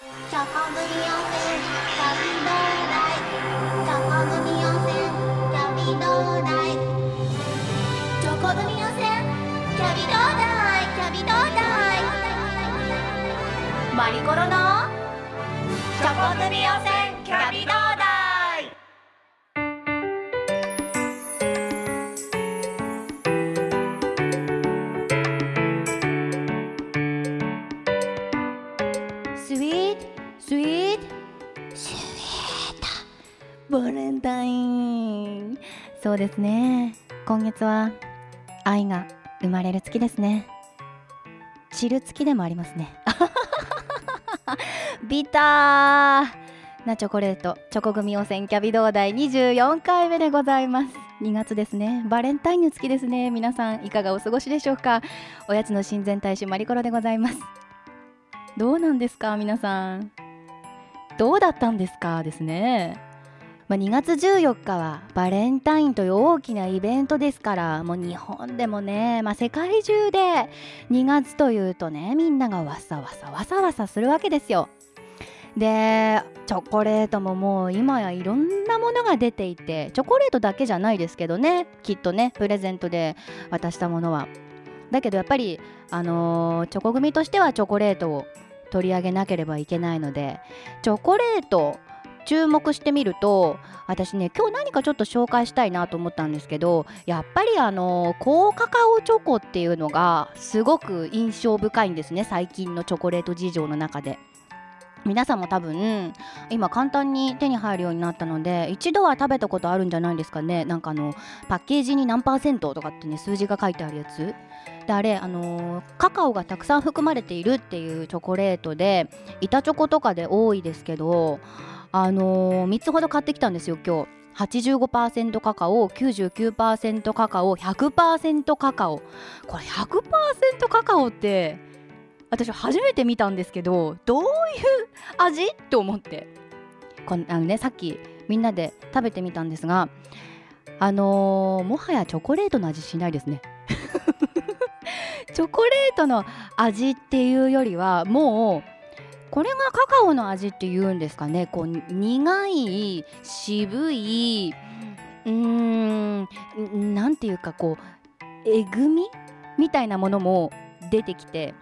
高組温泉キャビド台高組温泉キャビド台高組温泉キャビド台キャビド台マリコロのチョコ組温泉キャビド台スイートスイートスイートバレンタインそうですね今月は愛が生まれる月ですね散る月でもありますね ビターなチョコレートチョコ組汚染キャビ同台24回目でございます2月ですねバレンタインの月ですね皆さんいかがお過ごしでしょうかおやつの親善大使マリコロでございますどうなんですか皆さんどうだったんですかですね、まあ、2月14日はバレンタインという大きなイベントですからもう日本でもね、まあ、世界中で2月というとねみんながわさわさわさわさするわけですよでチョコレートももう今やいろんなものが出ていてチョコレートだけじゃないですけどねきっとねプレゼントで渡したものはだけどやっぱりあのーチョコ組としてはチョコレートを取り上げなければいけないのでチョコレート注目してみると私ね今日何かちょっと紹介したいなと思ったんですけどやっぱりあの高カカオチョコっていうのがすごく印象深いんですね最近のチョコレート事情の中で。皆さんも多分今簡単に手に入るようになったので一度は食べたことあるんじゃないですかねなんかあのパッケージに何パーセントとかってね数字が書いてあるやつであれ、あのーカカオがたくさん含まれているっていうチョコレートで板チョコとかで多いですけど、あのー3つほど買ってきたんですよ今日。85%カカオ99%カカオ100%カカオこれ100%カカオって私初めて見たんですけどどういう味と思ってこんあの、ね、さっきみんなで食べてみたんですが、あのーもはやチョコレートの味しないですね。チョコレートの味っていうよりはもうこれがカカオの味っていうんですかねこう苦い渋いうーんなんていうかこうえぐみみたいなものも出てきて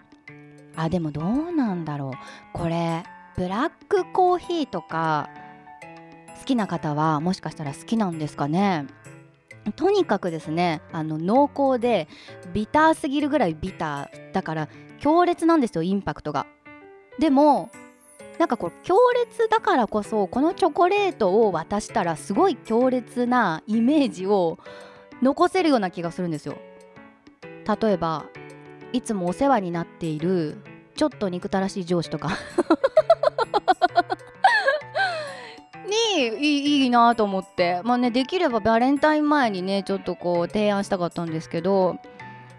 あでもどうなんだろうこれブラックコーヒーとか好きな方はもしかしたら好きなんですかねとにかくですねあの濃厚でビターすぎるぐらいビターだから強烈なんですよインパクトがでもなんかこう強烈だからこそこのチョコレートを渡したらすごい強烈なイメージを残せるような気がするんですよ例えばいつもお世話になっているちょっと憎たらしい上司とかにいいいいなと思ってまあねできればバレンタイン前にねちょっとこう提案したかったんですけど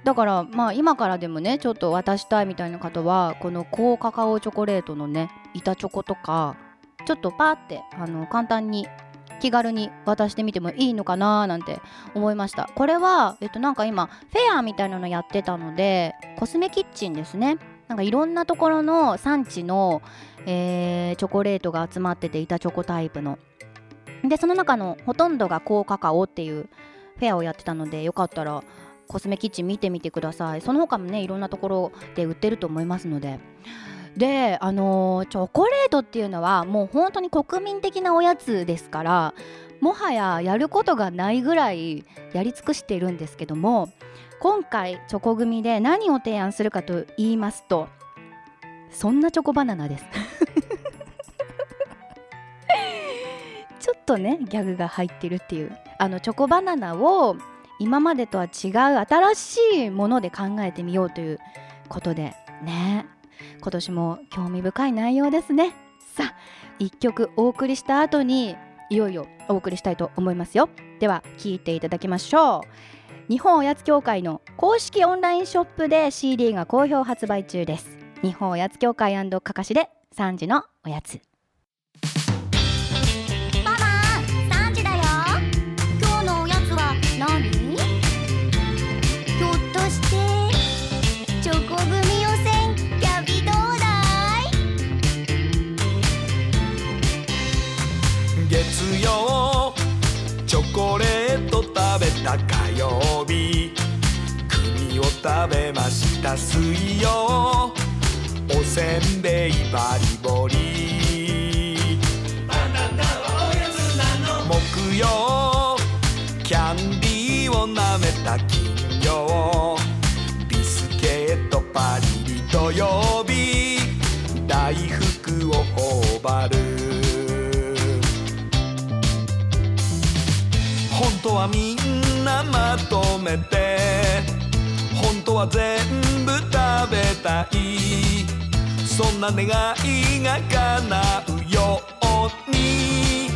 だからまあ今からでもねちょっと渡したいみたいな方はこの高カカオチョコレートのね板チョコとかちょっとパーってあの簡単に気軽に渡してみてもいいのかななんて思いましたこれはえっとなんか今フェアみたいなのやってたのでコスメキッチンですねなんかいろんなところの産地の、えーチョコレートが集まってて板チョコタイプのでその中のほとんどが高カカオっていうフェアをやってたのでよかったらコスメキッチン見てみてくださいその他もねいろんなところで売ってると思いますのでであのーチョコレートっていうのはもう本当に国民的なおやつですからもはややることがないぐらいやり尽くしているんですけども今回チョコ組で何を提案するかと言いますとそんなチョコバナナです ちょっとねギャグが入ってるっていうあのチョコバナナを今までとは違う新しいもので考えてみようということでね今年も興味深い内容ですねさあ一曲お送りした後にいよいよお送りしたいと思いますよでは聴いていただきましょう日本おやつ協会の公式オンラインショップで CD が好評発売中です日本おやつ協会かかしで3時のおやつママ3時だよ今日のおやつは何ひょっとしてチョコ組予選キャビどうだい月曜チョコレート食べた火曜日栗を食べました水曜おせんべいバリボリ木曜キャンディーをなめた金曜ビスケットパリリ土曜日大福を頬張る本当はみんなまとめて本当は全部食べたいそんな願いが叶うように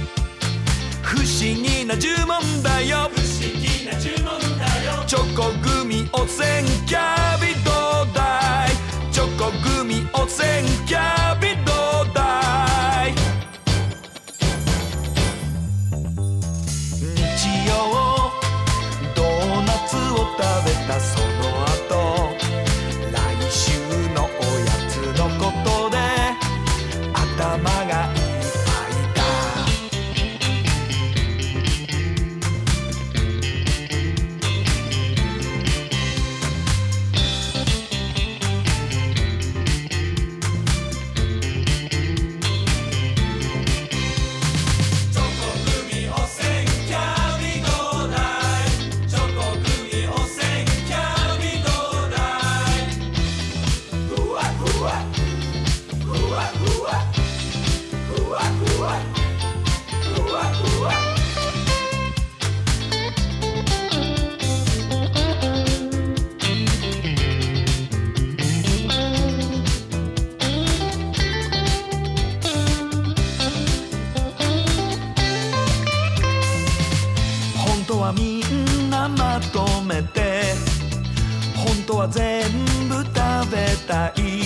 不思議な呪文だよ不思議な呪文だよチョコグミ汚染キャビドダイチョコグミ汚染キャビドダイ日曜ドーナツを食べたその後来週のおやつのことで頭がいっぱいだ本当はみんなまとめて本当は全部食べたい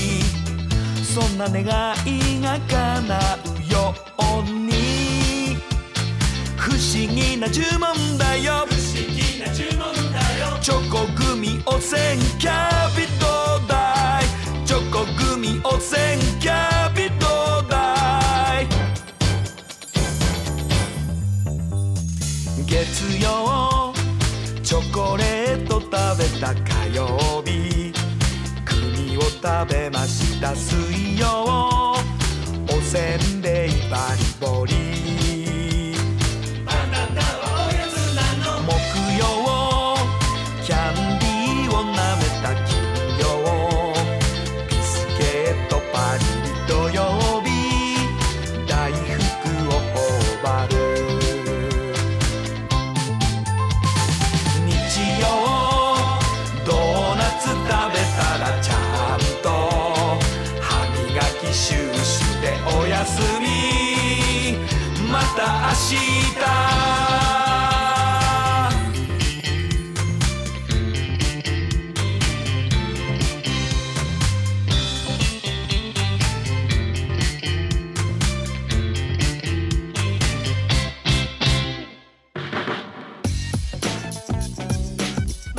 そんな願いが叶うように不思議な呪文だよ不思議な呪文だよチョコグミ汚染キャビドダイチョコグミ汚染キャビドダイ月曜チョコレート食べた火曜日栗を食べました水曜おせんべいバリボリ木曜キャンディーをなめた金曜ビスケットパリリ土曜日大福を頬張る日曜ドーナツ食べたらちゃんと歯磨きシューしておやすみまた明日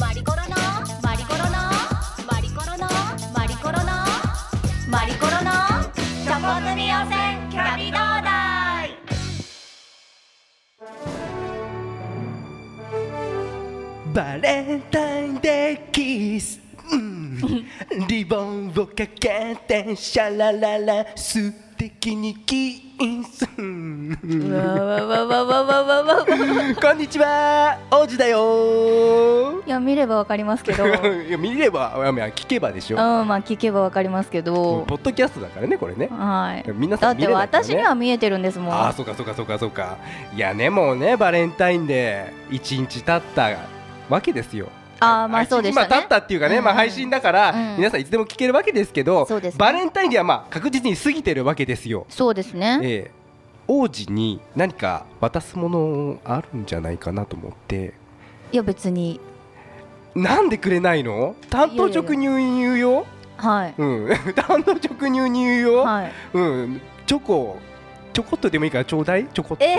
マリコロのマリコロのマリコロのマリコロのマリコロのチョコ組予選キャビドーダイバレンタインデーキス、うん、リボンをかけてシャラララ素敵にキス、うんわわわわわわわわこんにちは王子だよいや見ればわかります けどうんいや見ればいやまあ聞けばでしょまあ聞けばわかりますけどポッドキャストだからねこれねはい皆ださっん見てれないからね私には見えてるんですもんああそうかそうかそうかそうかいやねもうねバレンタインで一日経ったわけですよあーまあ一日そうでしたねまあ経ったっていうかね、うんまあ配信だから、うん皆さんいつでも聞けるわけですけどそうですねバレンタインではまあ確実に過ぎてるわけですよ、そうですねええ王子に何か渡すものあるんじゃないかなと思っていや別になんでくれないの担当直入入よはいうん 担当直入入よ、はいうんチョコちょこっとでもいいからちょうだいちょこっとえー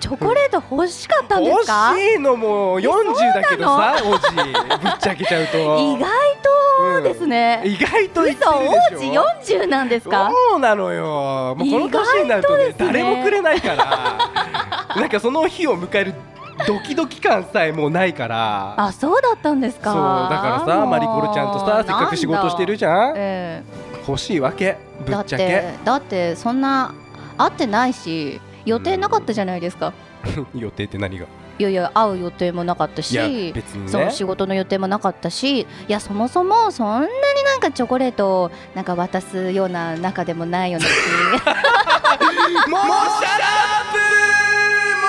チョコレート欲しかったんですか惜しいのも40だけどさおじぶっちゃけちゃうと 意外とですね、うん意外と嘘言ってるでしょ王子40なんですかそうなのよもうこの年になるとね意外とですね誰もくれないからなんかその日を迎えるドキドキ感さえもうないからあそうだったんですそかうだからさマリコルちゃんとさせっかく仕事してるじゃんん、え欲しいわけえぶだっっちゃけてだってそんな会ってないし予定なかったじゃないですか、予定って何がいやいや会う予定もなかったいしや別にそうね仕事の予定もなかったしいやそもそもそんなになんかチョコレートをなんか渡すような仲でもない よねもうシャ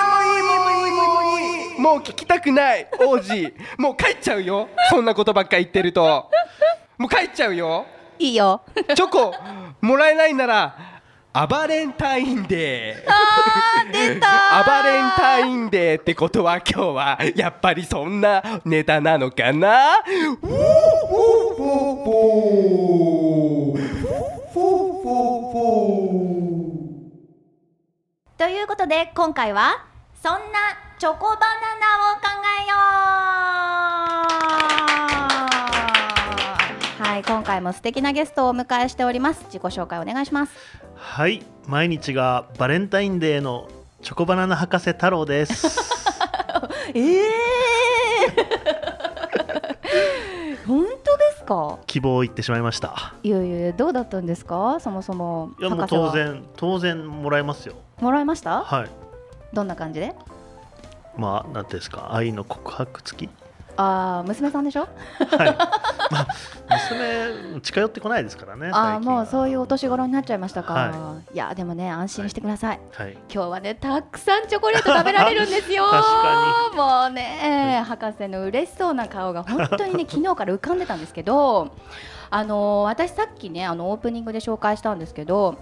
ラップもういいもういいもういいもう聞きたくない王子もう帰っちゃうよそんなことばっか言ってるともう帰っちゃうよいいよチョコもらえないならアバレンタインデーあー出アバレンたタインデーってことは今日はやっぱりそんなネタなのかなウォーウォーウォーウォーウォーウォーウォーということで今回はそんなチョコバナナを考えよはい今回も素敵なゲストをお迎えしております自己紹介お願いしますはい毎日がバレンタインデーのチョコバナナ博士太郎です ええ 本当ですか希望を言ってしまいましたいやいやいやどうだったんですかそもそもいやもう博士は当然当然もらえますよもらいましたはいどんな感じでまあ何ですか愛の告白付きああ娘さんでしょはいまあ娘近寄ってこないですからねああ最近はもうそういうお年頃になっちゃいましたか、、はいやでもね安心してください、はい今日はねたくさんチョコレート食べられるんですよ確かもうね博士の嬉しそうな顔が本当に ね昨日から浮かんでたんですけどあのー私さっきねあのオープニングで紹介したんですけど、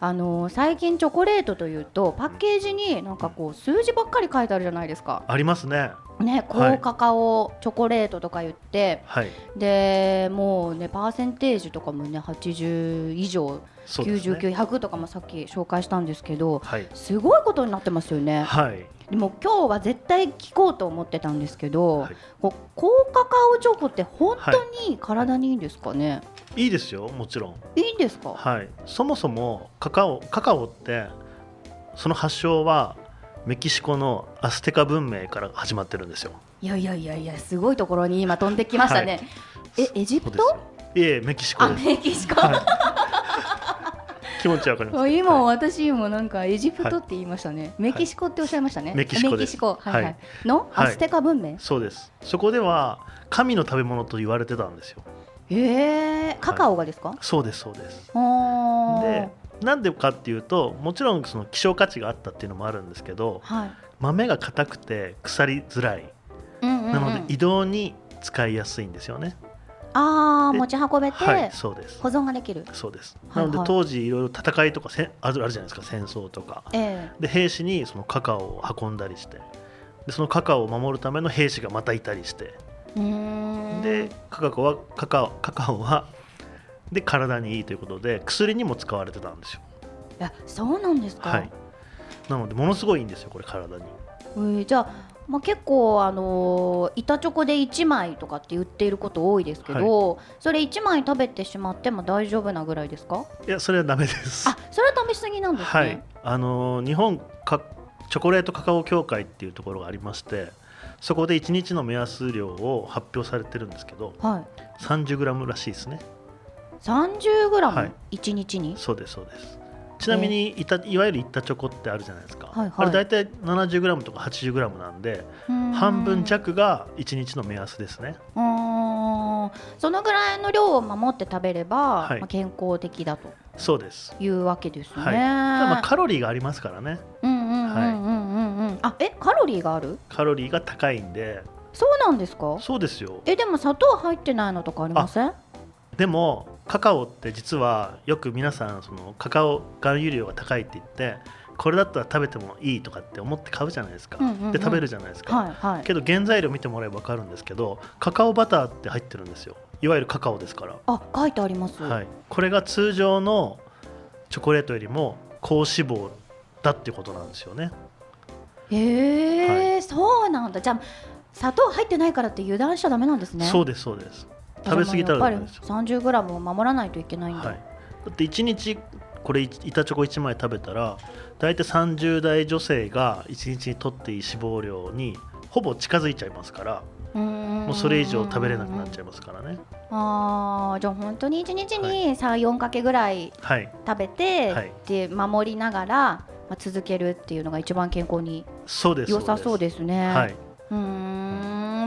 あのー最近チョコレートというとパッケージになんかこう数字ばっかり書いてあるじゃないですかありますねねは高いカカオチョコレートとか言って、はいでもうねパーセンテージとかもね80以上、そうですね99100とかもさっき紹介したんですけどはいすごいことになってますよねはいでも今日は絶対聞こうと思ってたんですけど、はいこう高カカオチョコって本当に体にいいんですかね、いいですよもちろんい、いんですかはい、そもそもカカオカカオってその発祥はメキシコのアステカ文明から始まってるんですよ。いやいやいやいやすごいところに今飛んできましたね、えエジプそトうですよいえメキシコあです。メキシコ、はい、気持ちわかります。今はい私もなんかエジプトって言いましたね、メキシコっておっしゃいましたね、メキシコですはいはい、はいのはいアステカ文明、そうです。そこでは神の食べ物と言われてたんですよ。ええカカオがですか。そうですそうです。おーで、なんでかっていうともちろんその希少価値があったっていうのもあるんですけどはい。豆が硬くて腐りづらいうんうんうんなので移動に使いやすいんですよね。ああ、で持ち運べて、はいそうです保。存ができる。そうです。はいなはいので当時いろいろ戦いとかせんあるあるじゃないですか戦争とか。えで兵士にそのカカオを運んだりしてでそのカカオを守るための兵士がまたいたりしてえうーん。でカカオはカカオカカオはで体にいいということで薬にも使われてたんですよ。いや、そうなんですか。はい、なのでものすごいいいんですよこれ体に。えーじゃあ。まあ、結構、あのー板チョコで1枚とかって言っていること多いですけど、それ1枚食べてしまっても大丈夫なぐらいですかいやそれはダメです。あそれは試しすぎなんですね、はい、あのー日本かチョコレートカカオ協会っていうところがありましてそこで1日の目安量を発表されてるんですけどはい、 30g らしいですね 30g1、はい一日にそうですそうですちなみにいたいわゆる板チョコってあるじゃないですか、はいはいあれ大体 70g とか 80g なんで半分ゃ弱が1日の目安ですねそのぐらいの量を守って食べれば、はいまあ、健康的だとそうですいうわけですね。はいただまあカロリーがありますからねうんうんうんうんうんうん。あ、え、カロリーがある？カロリーが高いんでそうなんですか？そうですよえ、でも砂糖入ってないのとかありません？でもカカオって実はよく皆さんそのカカオ含有量が高いって言ってこれだったら食べてもいいとかって思って買うじゃないですか、うんうんうんで食べるじゃないですか、はいはい。けど原材料見てもらえば分かるんですけどカカオバターって入ってるんですよいわゆるカカオですからあ、書いてあります。はい、これが通常のチョコレートよりも高脂肪だってことなんですよねへえ、はそうなんだ。じゃあ砂糖入ってないからって油断しちゃダメなんですね。そうう。ですそうです食べ過ぎたらダメですよ、三十グラムを守らないといけないんだ。はい、だって1日これ板チョコ1枚食べたら大体30代女性が1日にとっていい脂肪量にほぼ近づいちゃいますからももうそれ以上食べれなくなっちゃいますからねあーじゃあ本当に1日に34かけぐらいはい食べて、はいで守りながら、まあ、続けるっていうのが一番健康にそうです良さそうですね。はい、うー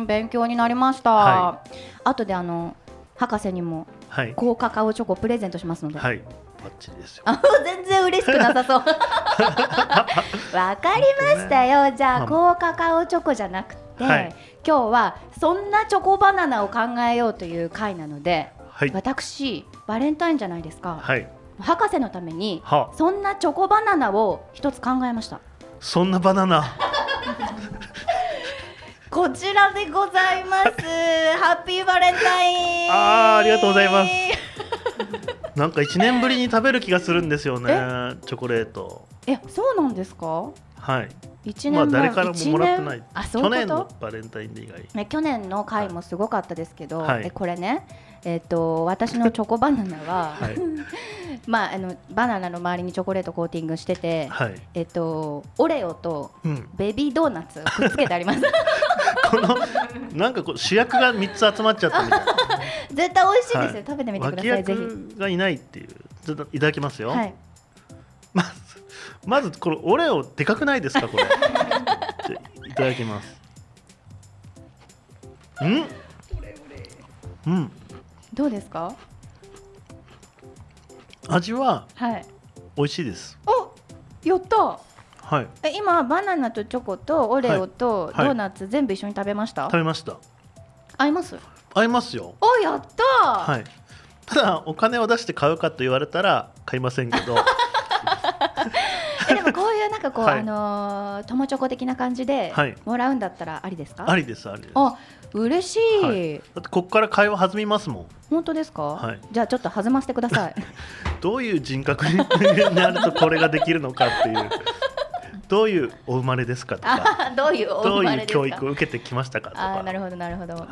ん勉強になりました。は後であの博士にもはい高カカオチョコプレゼントしますので。はいバッチリですよあ全然嬉しくなさそう。 わかりましたよ。じゃあ、高カカオチョコじゃなくて、はい今日はそんなチョコバナナを考えようという回なので、はい私バレンタインじゃないですか。はい博士のためにはそんなチョコバナナを一つ考えました。そんなバナナこちらでござい ます。ハッピーバレンタイン。あーありがとうございますなんか1年ぶりに食べる気がするんですよねチョコレートえ、そうなんですか？はい一年まあ前、誰からももらってな一い年あ、そうい去うこと年のバレンタインデー以外ね、去年の回もすごかったですけど、はいえこれね、えっと私のチョコバナナは、 はいまあ、あのバナナの周りにチョコレートコーティングしてて、はい、えっとオレオとうん、ベビードーナツをくっつけてあ りますこのなんかこう主役が3つ集まっちゃったみたい な絶対美味しいですよ、はい食べてみてくだ脇さいぜひ役がいないっていうちょっといただきますよ、はいまずまずこれオレオでかくないですかこれじゃあいただきますうんうんどうですか味ははい美味しいですおやったはいえ今バナナとチョコとオレオとドはいはいーナツ全部一緒に食べました、食べました合います合いますよおやった、はいただお金を出して買うかと言われたら買いませんけ どえでもこういうなんかこ う、はいあのー友チョコ的な感じではいもらうんだったらありですか、ありですありですだあ嬉しい、はいってここから会話弾みますもん本当ですか、はいじゃあちょっと弾ませてくださいどういう人格になるとこれができるのかっ ていうどういうお生まれですかとかあ どういうおど生うまいれうですか教育を受けてきましたかとあかーなるほどなるほど、はい、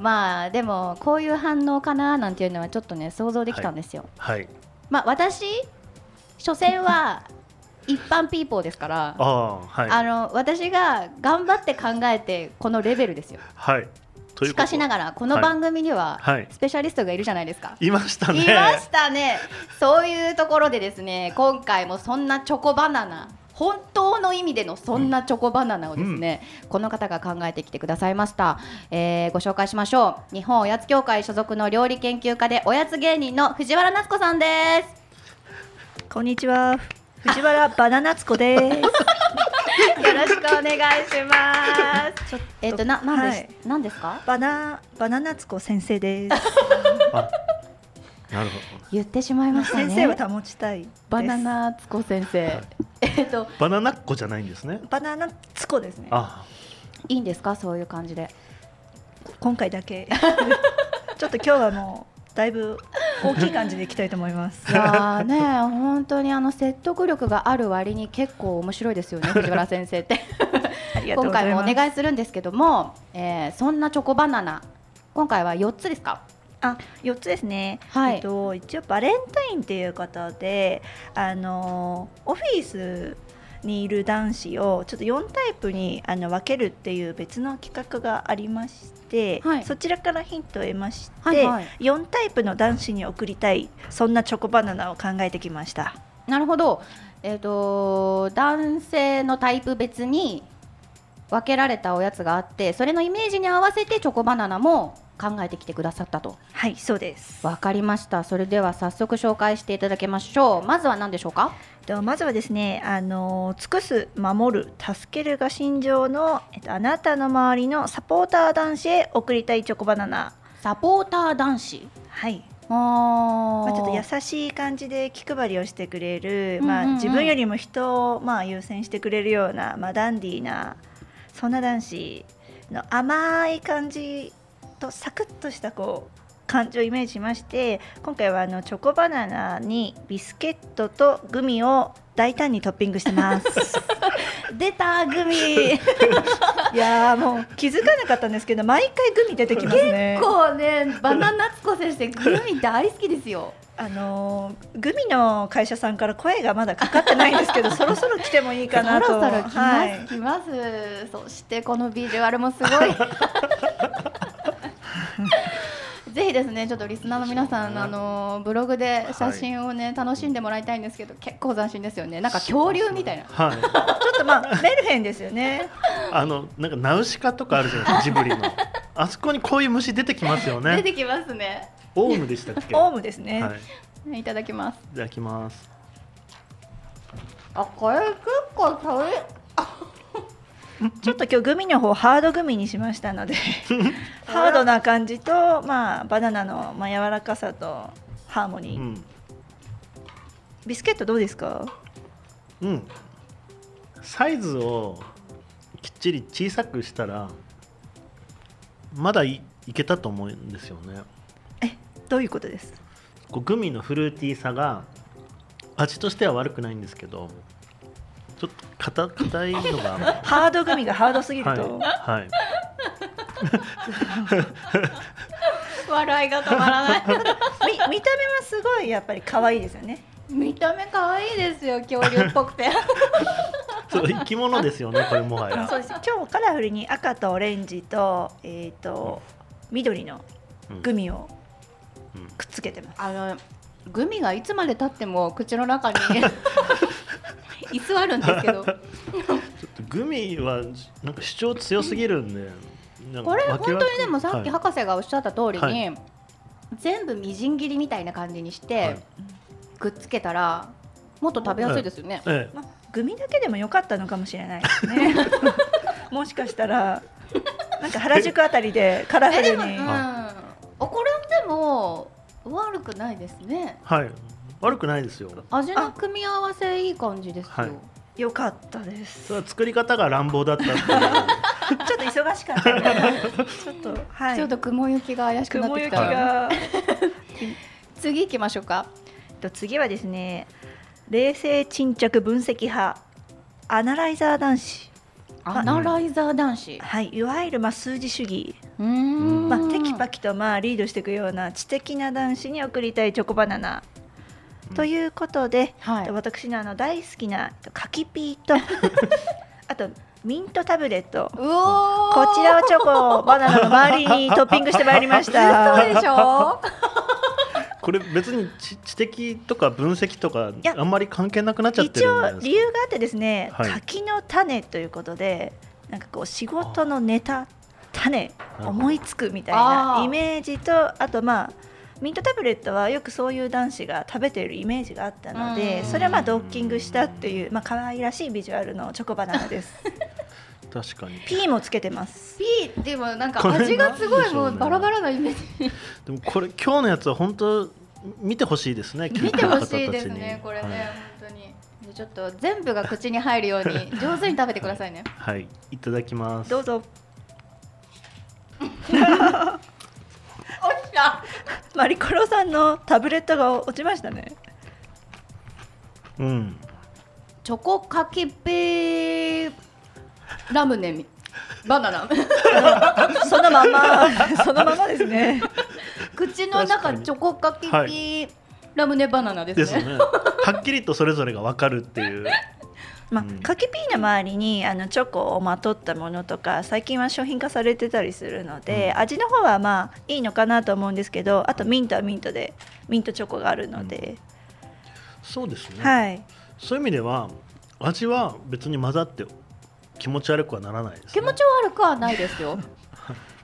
まあでもこういう反応かななんていうのはちょっとね想像できたんですよ、はい、まあ私所詮は一般ピーポーですからああはいあの私が頑張って考えてこのレベルですよはいということしかしながらこのはい番組にははいスペシャリストがいるじゃないですか、いましたねいましたねそういうところでですね今回もそんなチョコバナナ本当の意味でのそんなチョコバナナをですね、この方が考えてきてくださいました、えーご紹介しましょう日本おやつ協会所属の料理研究家でおやつ芸人の藤原夏子さんですこんにちは。藤原バナナツコ です。よろしくお願いしますちょっとえっとななんです、はいなんですかバナバナナツコ先生です。あなるほ言ってしまいましたね先生を保ちたいです。バナナつこ先生、はいえっとどバナナっ子じゃないんで すねバナナツコですね。あいいんですかそういう感 じで今回だけ。ちょっと今日はもうだいぶ大きい感じでいきたいと思います い。やーね本当にあの説得力がある割に結構面白いです よね藤原先生ってありがとうござ今回いもまおす。願いするんですけども、えーそんなチョコバナナ今回は4つですかあ、四つですね。はいえっと一応バレンタインっていう方で、あのオフィスにいる男子をちょっと4タイプにあの分けるっていう別の企画がありまして、はいそちらからヒントを得まして、はいはい4タイプの男子に送りたいそんなチョコバナナを考えてきました。なるほどえっ、と男性のタイプ別に分けられたおやつがあってそれのイメージに合わせてチョコバナナも考えてきてくださったとはい、そうです。わかりましたそれでは早速紹介していただきましょうまずは何でしょうかとまずはですね、あの尽くす、守る、助けるが心情の、えっと、あなたの周りのサポーター男子へ送りたいチョコバナナ。サポーター男子はい、あ、ままあ、ちょっと優しい感じで気配りをしてくれる、うんうんうんまあ、自分よりも人をまあ優先してくれるような、まあ、ダンディーなそんな男子の甘い感じとサクッとしたこう感じをイメージしまして今回はあのチョコバナナにビスケットとグミ を大胆にトッピングしてます。出たグミ いやーもう気づかなかったんですけど毎回グミ出てきますねこうねバナナツコ先生グミ大好きで すよあのーグミの会社さんから声がまだかかってないんですけどそろそろ来てもいいかなとそろそろ来ます、はい、来ますそしてこのビジュアルもす ごいぜひですねちょっとリスナーの皆さん、あのブログで写真をね、楽しんでもらいたいんですけど結構斬新ですよねなんか恐竜みたいなはいちょっとまあメルヘンですよねあのなんかナウシカとかあるじゃないですかジブリのあそこにこういう虫出てきますよ出ねてきますねオウムでしたっけ オウムムですね、はいいただきますいただきますあこれ結構軽いちょっと今日グミの方ハードグミにしましたのでハードな感じと、まあ、バナナの、まあ、柔らかさとハーモうニー、んビスケットどうですかうんサイズをきっちり小さくしたらまだいいけたと思うんですよねえどういうことですこうグミのフルーティーさが味としては悪くないんですけどちょっと硬硬いのがハードグミがハードすぎるはい、と、はい、笑いが止まら ないみ見た目はすごいやっぱり可愛いですよね見た目可愛いですよ恐竜っぽくてそう生き物ですよねこれもはやそうです今日カラフルに赤とオレンジと,、えー、と緑のうんグミをうんくっつけてます、 あのグミがいつまで経っても口の 中に居座るんですけどちょっとグミはなんか主張強すぎるんで、なんかこれわ本け当わにけでもさっきは博士がおっしゃった通りに、はい全部みじん切りみたいな感じにしいて、はいくっつけたらもっと食べやすいですよね、ええまあ、グミだけでも良かったのかもしれないですね もしかしたらなんか原宿あたりでカラフえでルも、うにん、あこれでも悪くないですねはい、悪くないですよ。味の組み合わせいい感じですよ、はい良かったですそちれょっは作り方が乱暴だった っていう。と忙しかったのでちょっとはいちょっと雲行きが怪しくなっ雲行てききたなが、次行きましょうかえっと次はですね冷静沈着分析派アナライザー男子アナライザー男子はいいわゆるまあ数字主義うーんまあ、テキパキとまあリードしていくような知的な男子に贈りたいチョコバナナ。ということで、はい私のあの大好きな柿ピー とあとミントタブレットうおーこちらをチョ コバナナの周りにトッピングしてまいりましそうた。でし ょこれ別に知知的とか分析とかやあんまり関係なくなっちゃって一るん応じ理由があってですね、はい柿の種ということでなんかこう仕事のネタ種ど思いつくみたいあなーイメージとあとまあミントタブレットはよくそういう男子が食べているイメージがあったのうでんそれはまあドッキングしたっていうまあ可愛らしいビジュアルのチョコバナナ です確かに。 P もつけてますピーでもなんこかれ味がすごなんでいしょうもねうバラバラなイメージでもこれ今日のやつは本当見てほしいですね。 見てほ聞た方しいたでちす にね、これね、本当に。でちょっと全部が口に入るように上手に食べてくださいね。はい。はい、いただきますど。うぞおっしゃ。マリコロさんのタブレットが落ちました ねうん。チョコかきピーラムネみバナナ。そのままそのままですね口の確か中にチョコかきピはーラムネバナナでですすね。 ね。はっきりとそれぞれがわかるっていう。まあうん、柿ピーの周りにあのチョコをまとったものとか最近は商品化されてたりするので、うん味の方はまあいいのかなと思うんですけどあとミントはミントでミントチョコがあるので、そうですね。はいそういう意味では味は別に混ざって気持ち悪くはならないです、ね、気持ち悪くはないですよ。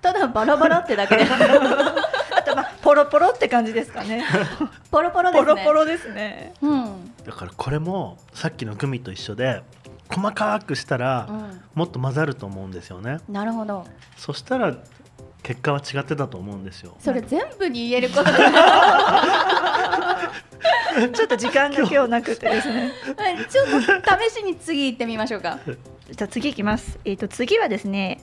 ただバラバラってだけで。あとまあポロポロって感じですかね ポロポロ でポすロね。ポロですねうん。だからこれもさっきのグミと一緒で細かくしたらうんもっと混ざると思うんですよね、なるほど。そしたら結果は違ってたと思うんですよそれ全部に言えることでちょっと時間が今日なくてですねはいちょっと試しに次行ってみましょうか。じゃあ次いきますえっ、と次はですね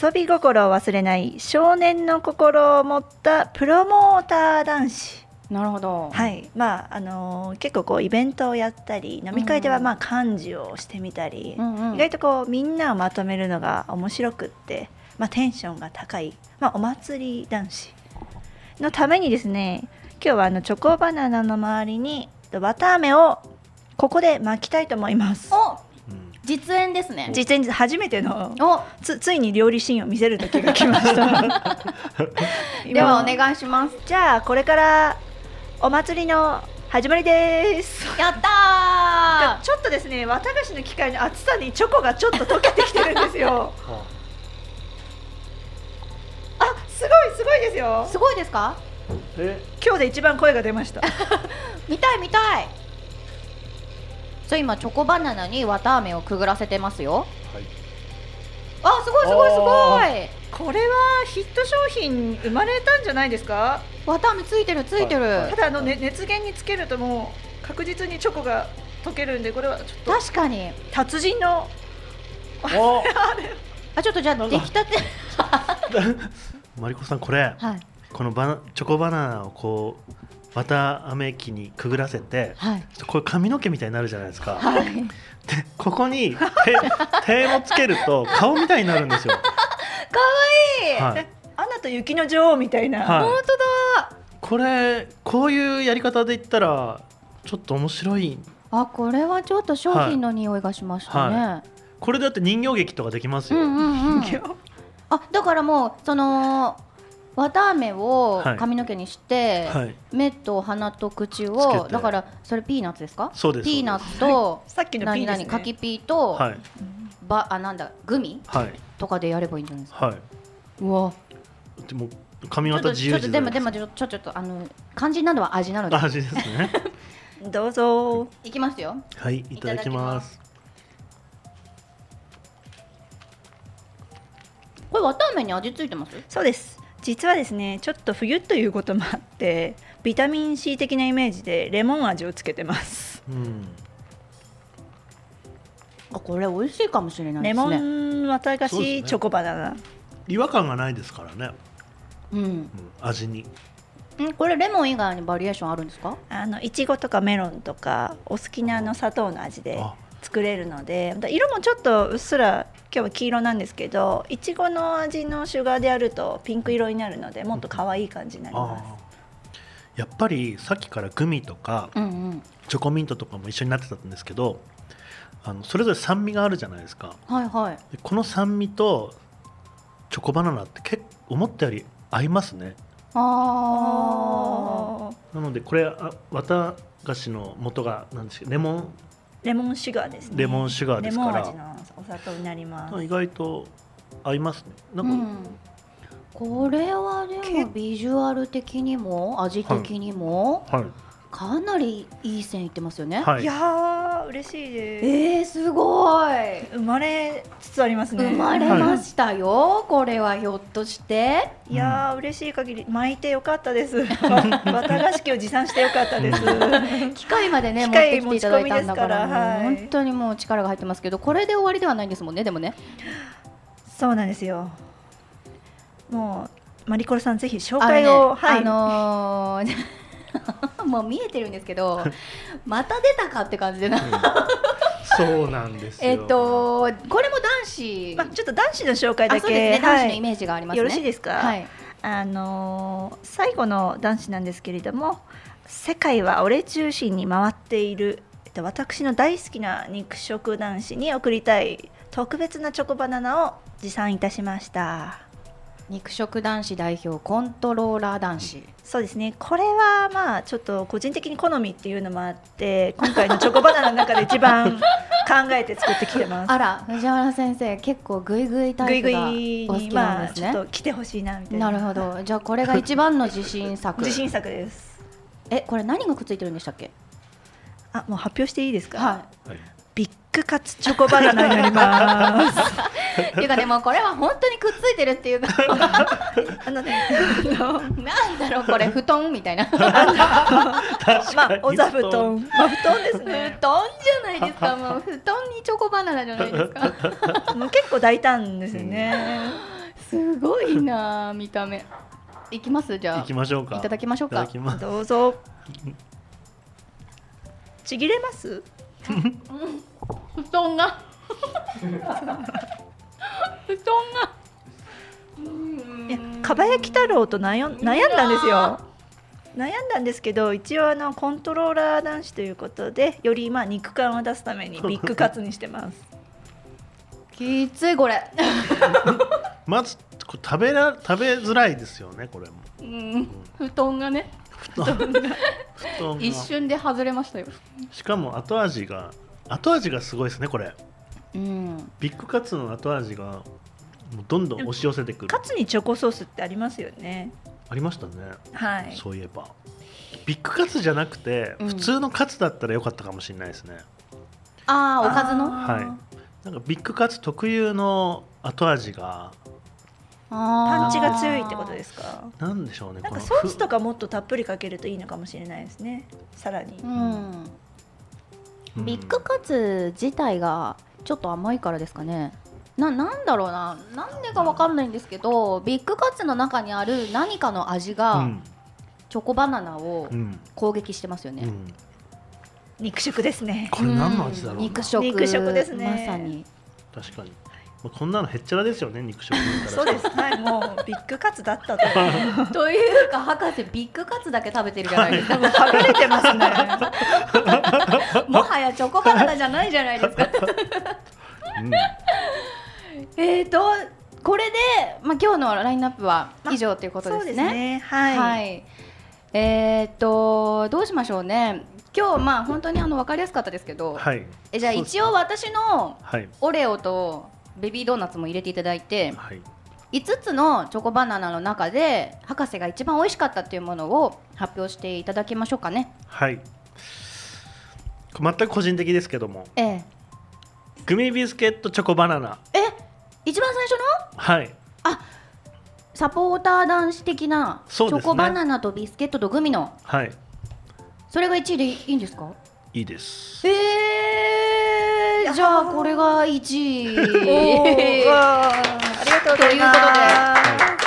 遊び心を忘れない少年の心を持ったプロモーター男子なるほど。はいまああのー結構こうイベントをやったり飲み会ではうんまあ幹事をしてみたり、うんうん意外とこうみんなをまとめるのが面白くって、まあ、テンションが高い、まあ、お祭り男子のためにですね今日はあのチョコバナナの周りにとわたあめをここで巻きたいと思いますお、うん実演ですね。実演初めてのお、つついに料理シーンを見せる時が来ましたではお今願いします。じゃあこれからお祭りの始まりですやったちょっとですね綿菓子の機械の厚さにチョコがちょっと溶けてきてるんですよああすごいすごいですよー。すごいですか？え今日で一番声が出ました見たい見たい。じゃあ今チョコバナナに綿あめをくぐらせてますよ。はいあ、すごいすごいすごこれはヒット商品生まれたんじゃないですかい。綿あめついてるついてる。はいはただあの、ね、熱源につけるともう確実にチョコが溶けるんでこれはちょっと確かに。達人のおあ、ちょっとじゃあ出来 たて。マリコさんこれはいこのバナチョコバナナをこう綿あめ機にくぐらせてはい。これ髪の毛みたいになるじゃないですか、はい、でここに手手をつけると顔みたいになるんですよはいえアナと雪の女王みたいな、はい本当だ。これこういうやり方で言ったらちょっと面白いあ、これはちょっと商品の匂いがしましたね。はこれだって人形劇とかできますうよ、んうんうん。 あだからもうその綿あめをはい髪の毛にして、はい目と鼻と口つをけてだからそれピーナッツですかそうですピーナッツとさっきのピ何ーですね々柿ピーと、はいばあなんだグミはいとかでやればいいんじゃないですかはうわいでも髪ちょっ型と自ち由ょっと自で在もでもでちょちょちょっとあの肝心なのは味なのすであ味で すねどうぞいきますよはいいただきますこれ綿あめに味ついてますそうです実はですねちょっと冬ということもあってビタミン C 的なイメージでレモン味をつけてますうんあこれ美味しいかもしれないでレすモねン綿菓子、そうですねチョコバナナ違和感がないですからね、うんうん、味にんこれレモン以外にバリエーションあるんですかあのいちごとかメロンとかお好きなあの砂糖の味であ作れるのでだ色もちょっとうっすら今日は黄色なんですけどいちごの味のシュガーであるとピンク色になるのでもっと可愛い感じになりまあーやっぱりさっきからグミとかうんうんチョコミントとかも一緒になってたんですけどあのそれぞれ酸味があるじゃないですかはいはいでこの酸味とチョコバナナって結構思ったより合いますねすあああーなのでこれあ綿菓子の元がなんですけどレモレモンシュガーですねレモンシュガーですからレモン味のお砂糖になりますン意外と合いますねなんうか、ん、これはでもビジュアル的にも味的にもはかなりいい線いってますよね、い、はいいやー嬉しいです、えー、すごい生まれつつありますね生まれましたよ、これはひょっとしていやー嬉しい限り巻いてよかった です綿菓子機を持参してよかったです機械までね機持っ械てきていただいたんだから持ち込みですからもうはい本当にもう力が入ってますけどこれで終わりではないんですもんねでもねそうなんですよもうマリコロさんぜひ紹あの介ねを、はい、あのーもう見えてるんですけどまた出たかって感じでなそうなんですよえっとこれも男子、まあ、ちょっと男子の紹介あだそうでけすね、男子のはいイメージがありますね。よろしいですか、はい。あのー最後の男子なんですけれども世界は俺中心に回っている、えっと、私の大好きな肉食男子に贈りたい特別なチョコバナナを持参いたしました肉食男子代表コントローラー男子。そうですねこれはまあちょっと個人的に好みっていうのもあって今回のチョコバナナの中で一番考えて作ってきてますあら藤原先生結構グイグイタぐいイぐプいがお好にきなまんあですちょっね。と来てほしいなみたいななるほど。じゃあこれが一番の自信 作。自信作ですえこれ何がくっついてるんでしたっけ？あもう発表していいですか、はい。はいビッグカツチョコバナナになりますっていうかねもうこれは本当にくっついてるっていう かあのねなんだろうこれ布団みたいな布団まあ、お座布団。 まあ、布団ですじね。ゃないです かもう布団にチョコバナナじゃないですか。もう結構大胆ですよね。すごいなあ見た目。いきますじゃあ行きましょうかいただきましょうかいただきますどうぞちぎれます布団が布団がいやかばやき太郎と悩ん悩んだんですよ悩んだんですけど一応あのコントローラー男子ということでよりまあ肉感を出すためにビッグカツにしてます きついこれまずこれ食べら食べづらいですよねこれもうん布団がね布団が一瞬で外れましたよしかも後味が後味がすごいですねこれうんビッグカツの後味がもうどんどん押し寄せてくるカツにチョコソースってありますよねありましたねはいそういえばビッグカツじゃなくて、うん普通のカツだったら良かったかもしれないですねああおかずのあーはいなんかビッグカツ特有の後味がパパンチが強いってことですかなんでしょうねなんかこのソースとふかもっとたっぷりかけるといいのかもしれないですねさらにうんうんビッグカツ自体がちょっと甘いからですかねななんだろうななんでかわかんないんですけどビッグカツの中にある何かの味うがんチョコバナナをうん攻撃してますよ ね、うん肉食ですねこれ何の味だろうな肉食肉食ですねまさに確かに、まあ、こんなのへっちゃらですよね肉食言た らそうですはいもうビッグカツだったとというか博士ビッグカツだけ食べてるじゃないですか、はぐれてますねもはやチョコバナナじゃないじゃないですかうんえーとこれで、まあ、今日のラインナップは以上ということそうですねはい、はい。えーっとどうしましょうね。今日まあ本当にあのわかりやすかったですけど、はいえじゃあ一応私のはいオレオとベビードーナツも入れていただいて、はい5つのチョコバナナの中で博士が一番美味しかったっていうものを発表していただきましょうかね。はい全く個人的ですけどもええ、グミビスケットチョコバナナえ一番最初のはいサポーター男子的なチそうョですねコバナナとビスケットとグミのはいそれが1位でいいんですか？いいですえー、じゃあこれが1位。 おーわーありがとうございます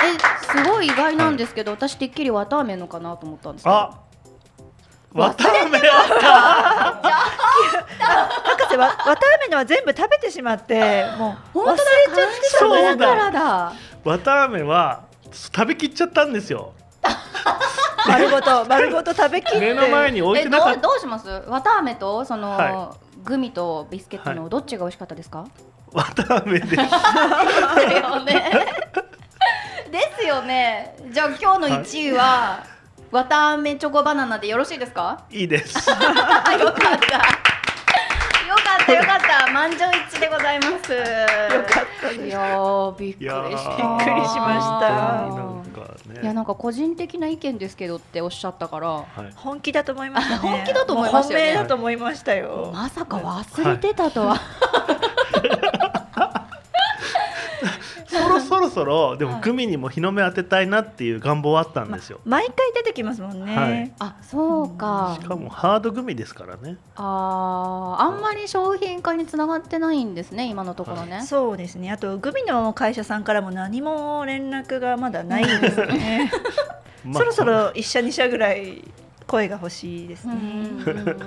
というえすごい意外なんですけど、私てっきり綿あめのかなと思ったんですけどあわたあめ博士わわたあめのは全部食べてしまってもう忘本れ当だちゃってたんそうだだだからだわたあめは食べきっちゃったんですよ丸ごと丸ごと食べきって目の前に 置いえてどなかうったどうします綿あめとその、はグミとビスケットはのどっちが美味しかったですか、わたあめですですよねですよねじゃあ今日の1位は、綿あめチョコバナナでよろしいですか いいですあよかったよかったよかった満場一致でございますよかったですいやーびっくりしたいやびっーくりしましたなんかねいやなんか個人的な意見ですけどっておっしゃったからはい本気だと思いましたね本気だと思いましたよねもう本命だと思いましたよまさか忘れてたとは、そろそろそろでもグミにも日の目当てたいなっていう願望はあったんですよ、毎回出てきますもんね、はいあそうかしかもハードグミですからねあーあんまり商品化につながってないんですね今のところね、そうですねあとグミの会社さんからも何も連絡がまだないですねまあそろそろ一社二社ぐらい声が欲しいですうんね、うんうんうんうん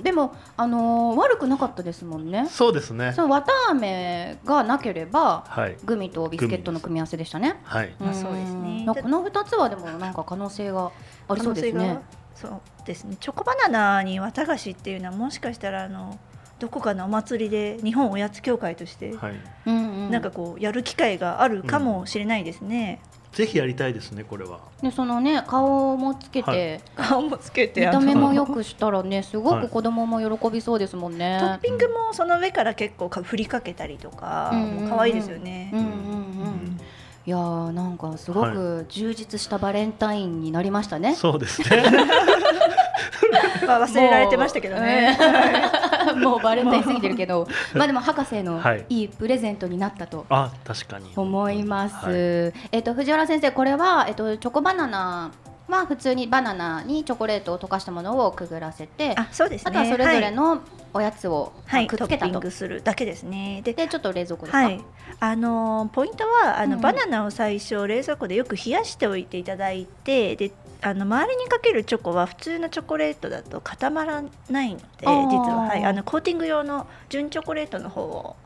でもあのー悪くなかったですもんねそうですねそのわたあめがなければはいグミとビスケットの組み合わせでしたねはいまあそうですねんなんかこの二つはでもなんか可能性がありそうです可能性ねがそうですねチョコバナナに綿菓子っていうのはもしかしたらあのどこかのお祭りで日本おやつ協会として、はいうんうんなんかこうやる機会があるかもしれないですね、ぜひやりたいですねこれはでそのね顔もつけて、はい顔もつけて見た目あのもよくしたらねすごはくい子供も喜びそうですもんね。トッピングもその上から結構か振りかけたりとか、うんもう可愛いですよね、うんうんうん。いやーなんかすごく充実したバレンタインになりましたね。そうですねまあ忘れられてましたけどね、もう。 もうバレンタイン過ぎてるけ ど、まあでも博士のはいいいプレゼントになったと。あ確かに思います、はいえっと藤原先生これはえっとチョコバナナは普通にバナナにチョコレートを溶かしたものをくぐらせてあそうですねあとはそれぞれはいの、おやつを、はい、くトっつけッたピンとグするだけですね。で、でちょっと冷蔵庫ではい、あのーポイントはあの、うんバナナを最初冷蔵庫でよく冷やしておいていただいてであの周りにかけるチョコは普通のチョコレートだと固まらないので実あーは、はい、あのコーティング用の純チョコレートの方を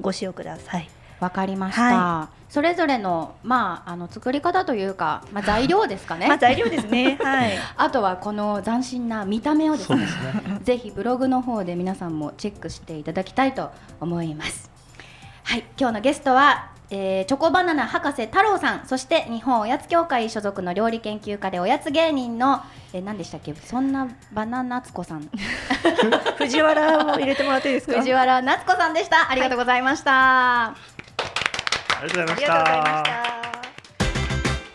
ご使用ください。わかりました、はそれぞれの,、まあ、あの作り方というか、まあ、材料ですかねまあ材料ですね。 はい。あとはこの斬新な見た目をですそうねですね。 ぜひブログの方で皆さんもチェックしていただきたいと思います。はい、今日のゲストは、えーチョコバナナ博士太郎さん、そして日本おやつ協会所属の料理研究家でおやつ芸人の、えー、何でしたっけ、そんなバナナつこさ ん、藤原も入れてもらっていいですか。藤原夏子さんでした。ありがとうございました。ありがとうございあまりしがとうございたました。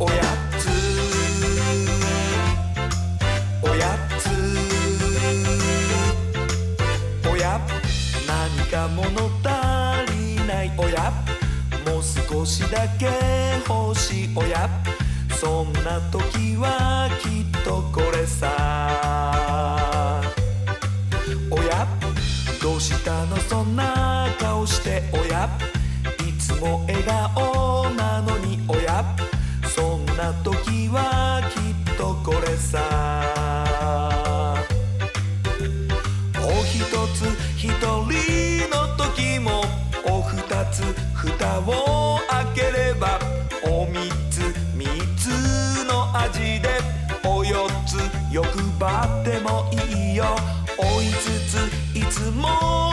おやつおやつおや何か物足りないおやもう少しだけ欲しいおやそんな時はきっとこれさおやどうしたのそんな顔しておやいつも笑顔なのにおやそんな時はきっとこれさおひとつひとりの時もおふたつ蓋を開ければおみつみつの味でおよつ欲張ってもいいよおいつついつも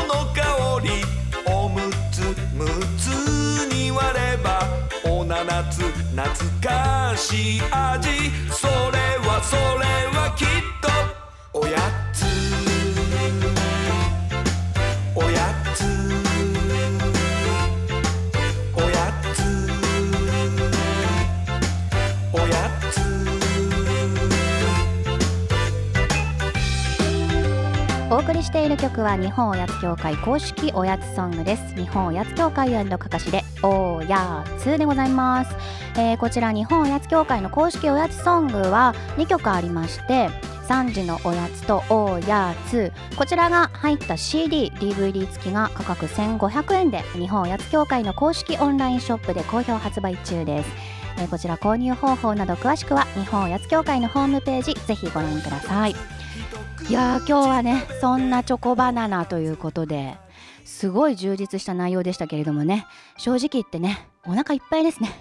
の香りおむつむつに割ればおななつ懐かしい味それはそれはきっとおやつおやつおやつおやつお送りしている曲は日本おやつ協会公式おやつソングです日本おやつ協会かかしでおやつでございます、えーこちら日本おやつ協会の公式おやつソングは2曲ありまして3時のおやつとおやつこちらが入った CDDVD 付きが価格1500円で日本おやつ協会の公式オンラインショップで好評発売中です、えーこちら購入方法など詳しくは日本おやつ協会のホームページぜひご覧くださいいやー今日はねそんなチョコバナナということですごい充実した内容でしたけれどもね正直言ってねお腹いっぱいですね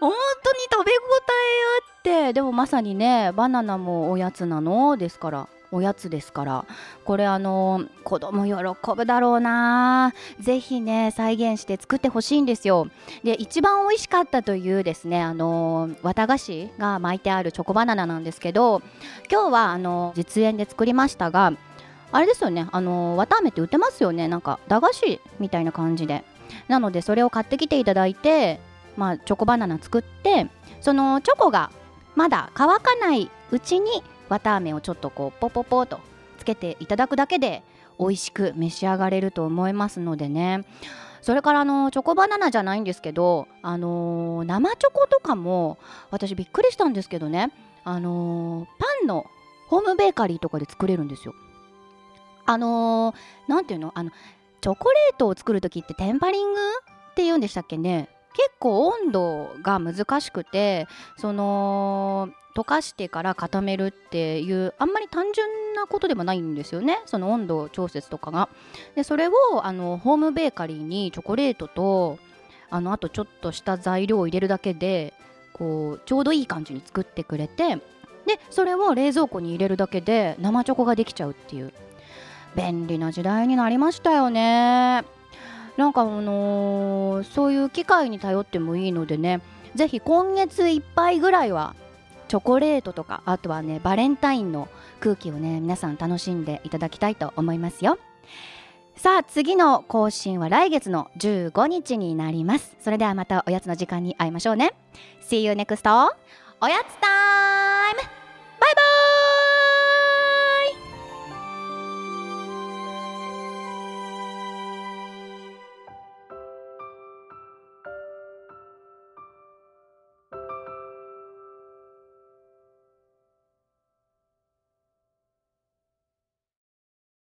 本当に食べ応えあってでもまさにねバナナもおやつなのですからおやつですからこれあのー子供喜ぶだろうなぜひね再現して作ってほしいんですよで一番美味しかったというですねあのー綿菓子が巻いてあるチョコバナナなんですけど今日はあの実演で作りましたがあれですよねあの綿あめって売ってますよねなんか駄菓子みたいな感じでなのでそれを買ってきていただいてまあチョコバナナ作ってそのチョコがまだ乾かないうちに綿あめをちょっとこうポポポとつけていただくだけで美味しく召し上がれると思いますのでねそれからあのチョコバナナじゃないんですけどあの生チョコとかも私びっくりしたんですけどねあのーパンのホームベーカリーとかで作れるんですよ。あのーなんていうのあのチョコレートを作る時ってテンパリングって言うんでしたっけね結構温度が難しくてその溶かしてから固めるっていうあんまり単純なことでもないんですよねその温度調節とかが。でそれをあのホームベーカリーにチョコレートとあのあとちょっとした材料を入れるだけでこうちょうどいい感じに作ってくれてでそれを冷蔵庫に入れるだけで生チョコができちゃうっていう便利な時代になりましたよねなんかあのーそういう機会に頼ってもいいのでねぜひ今月いっぱいぐらいはチョコレートとかあとはねバレンタインの空気をね皆さん楽しんでいただきたいと思いますよさあ次の更新は来月の15日になりますそれではまたおやつの時間に会いましょうね See you next おやつタイム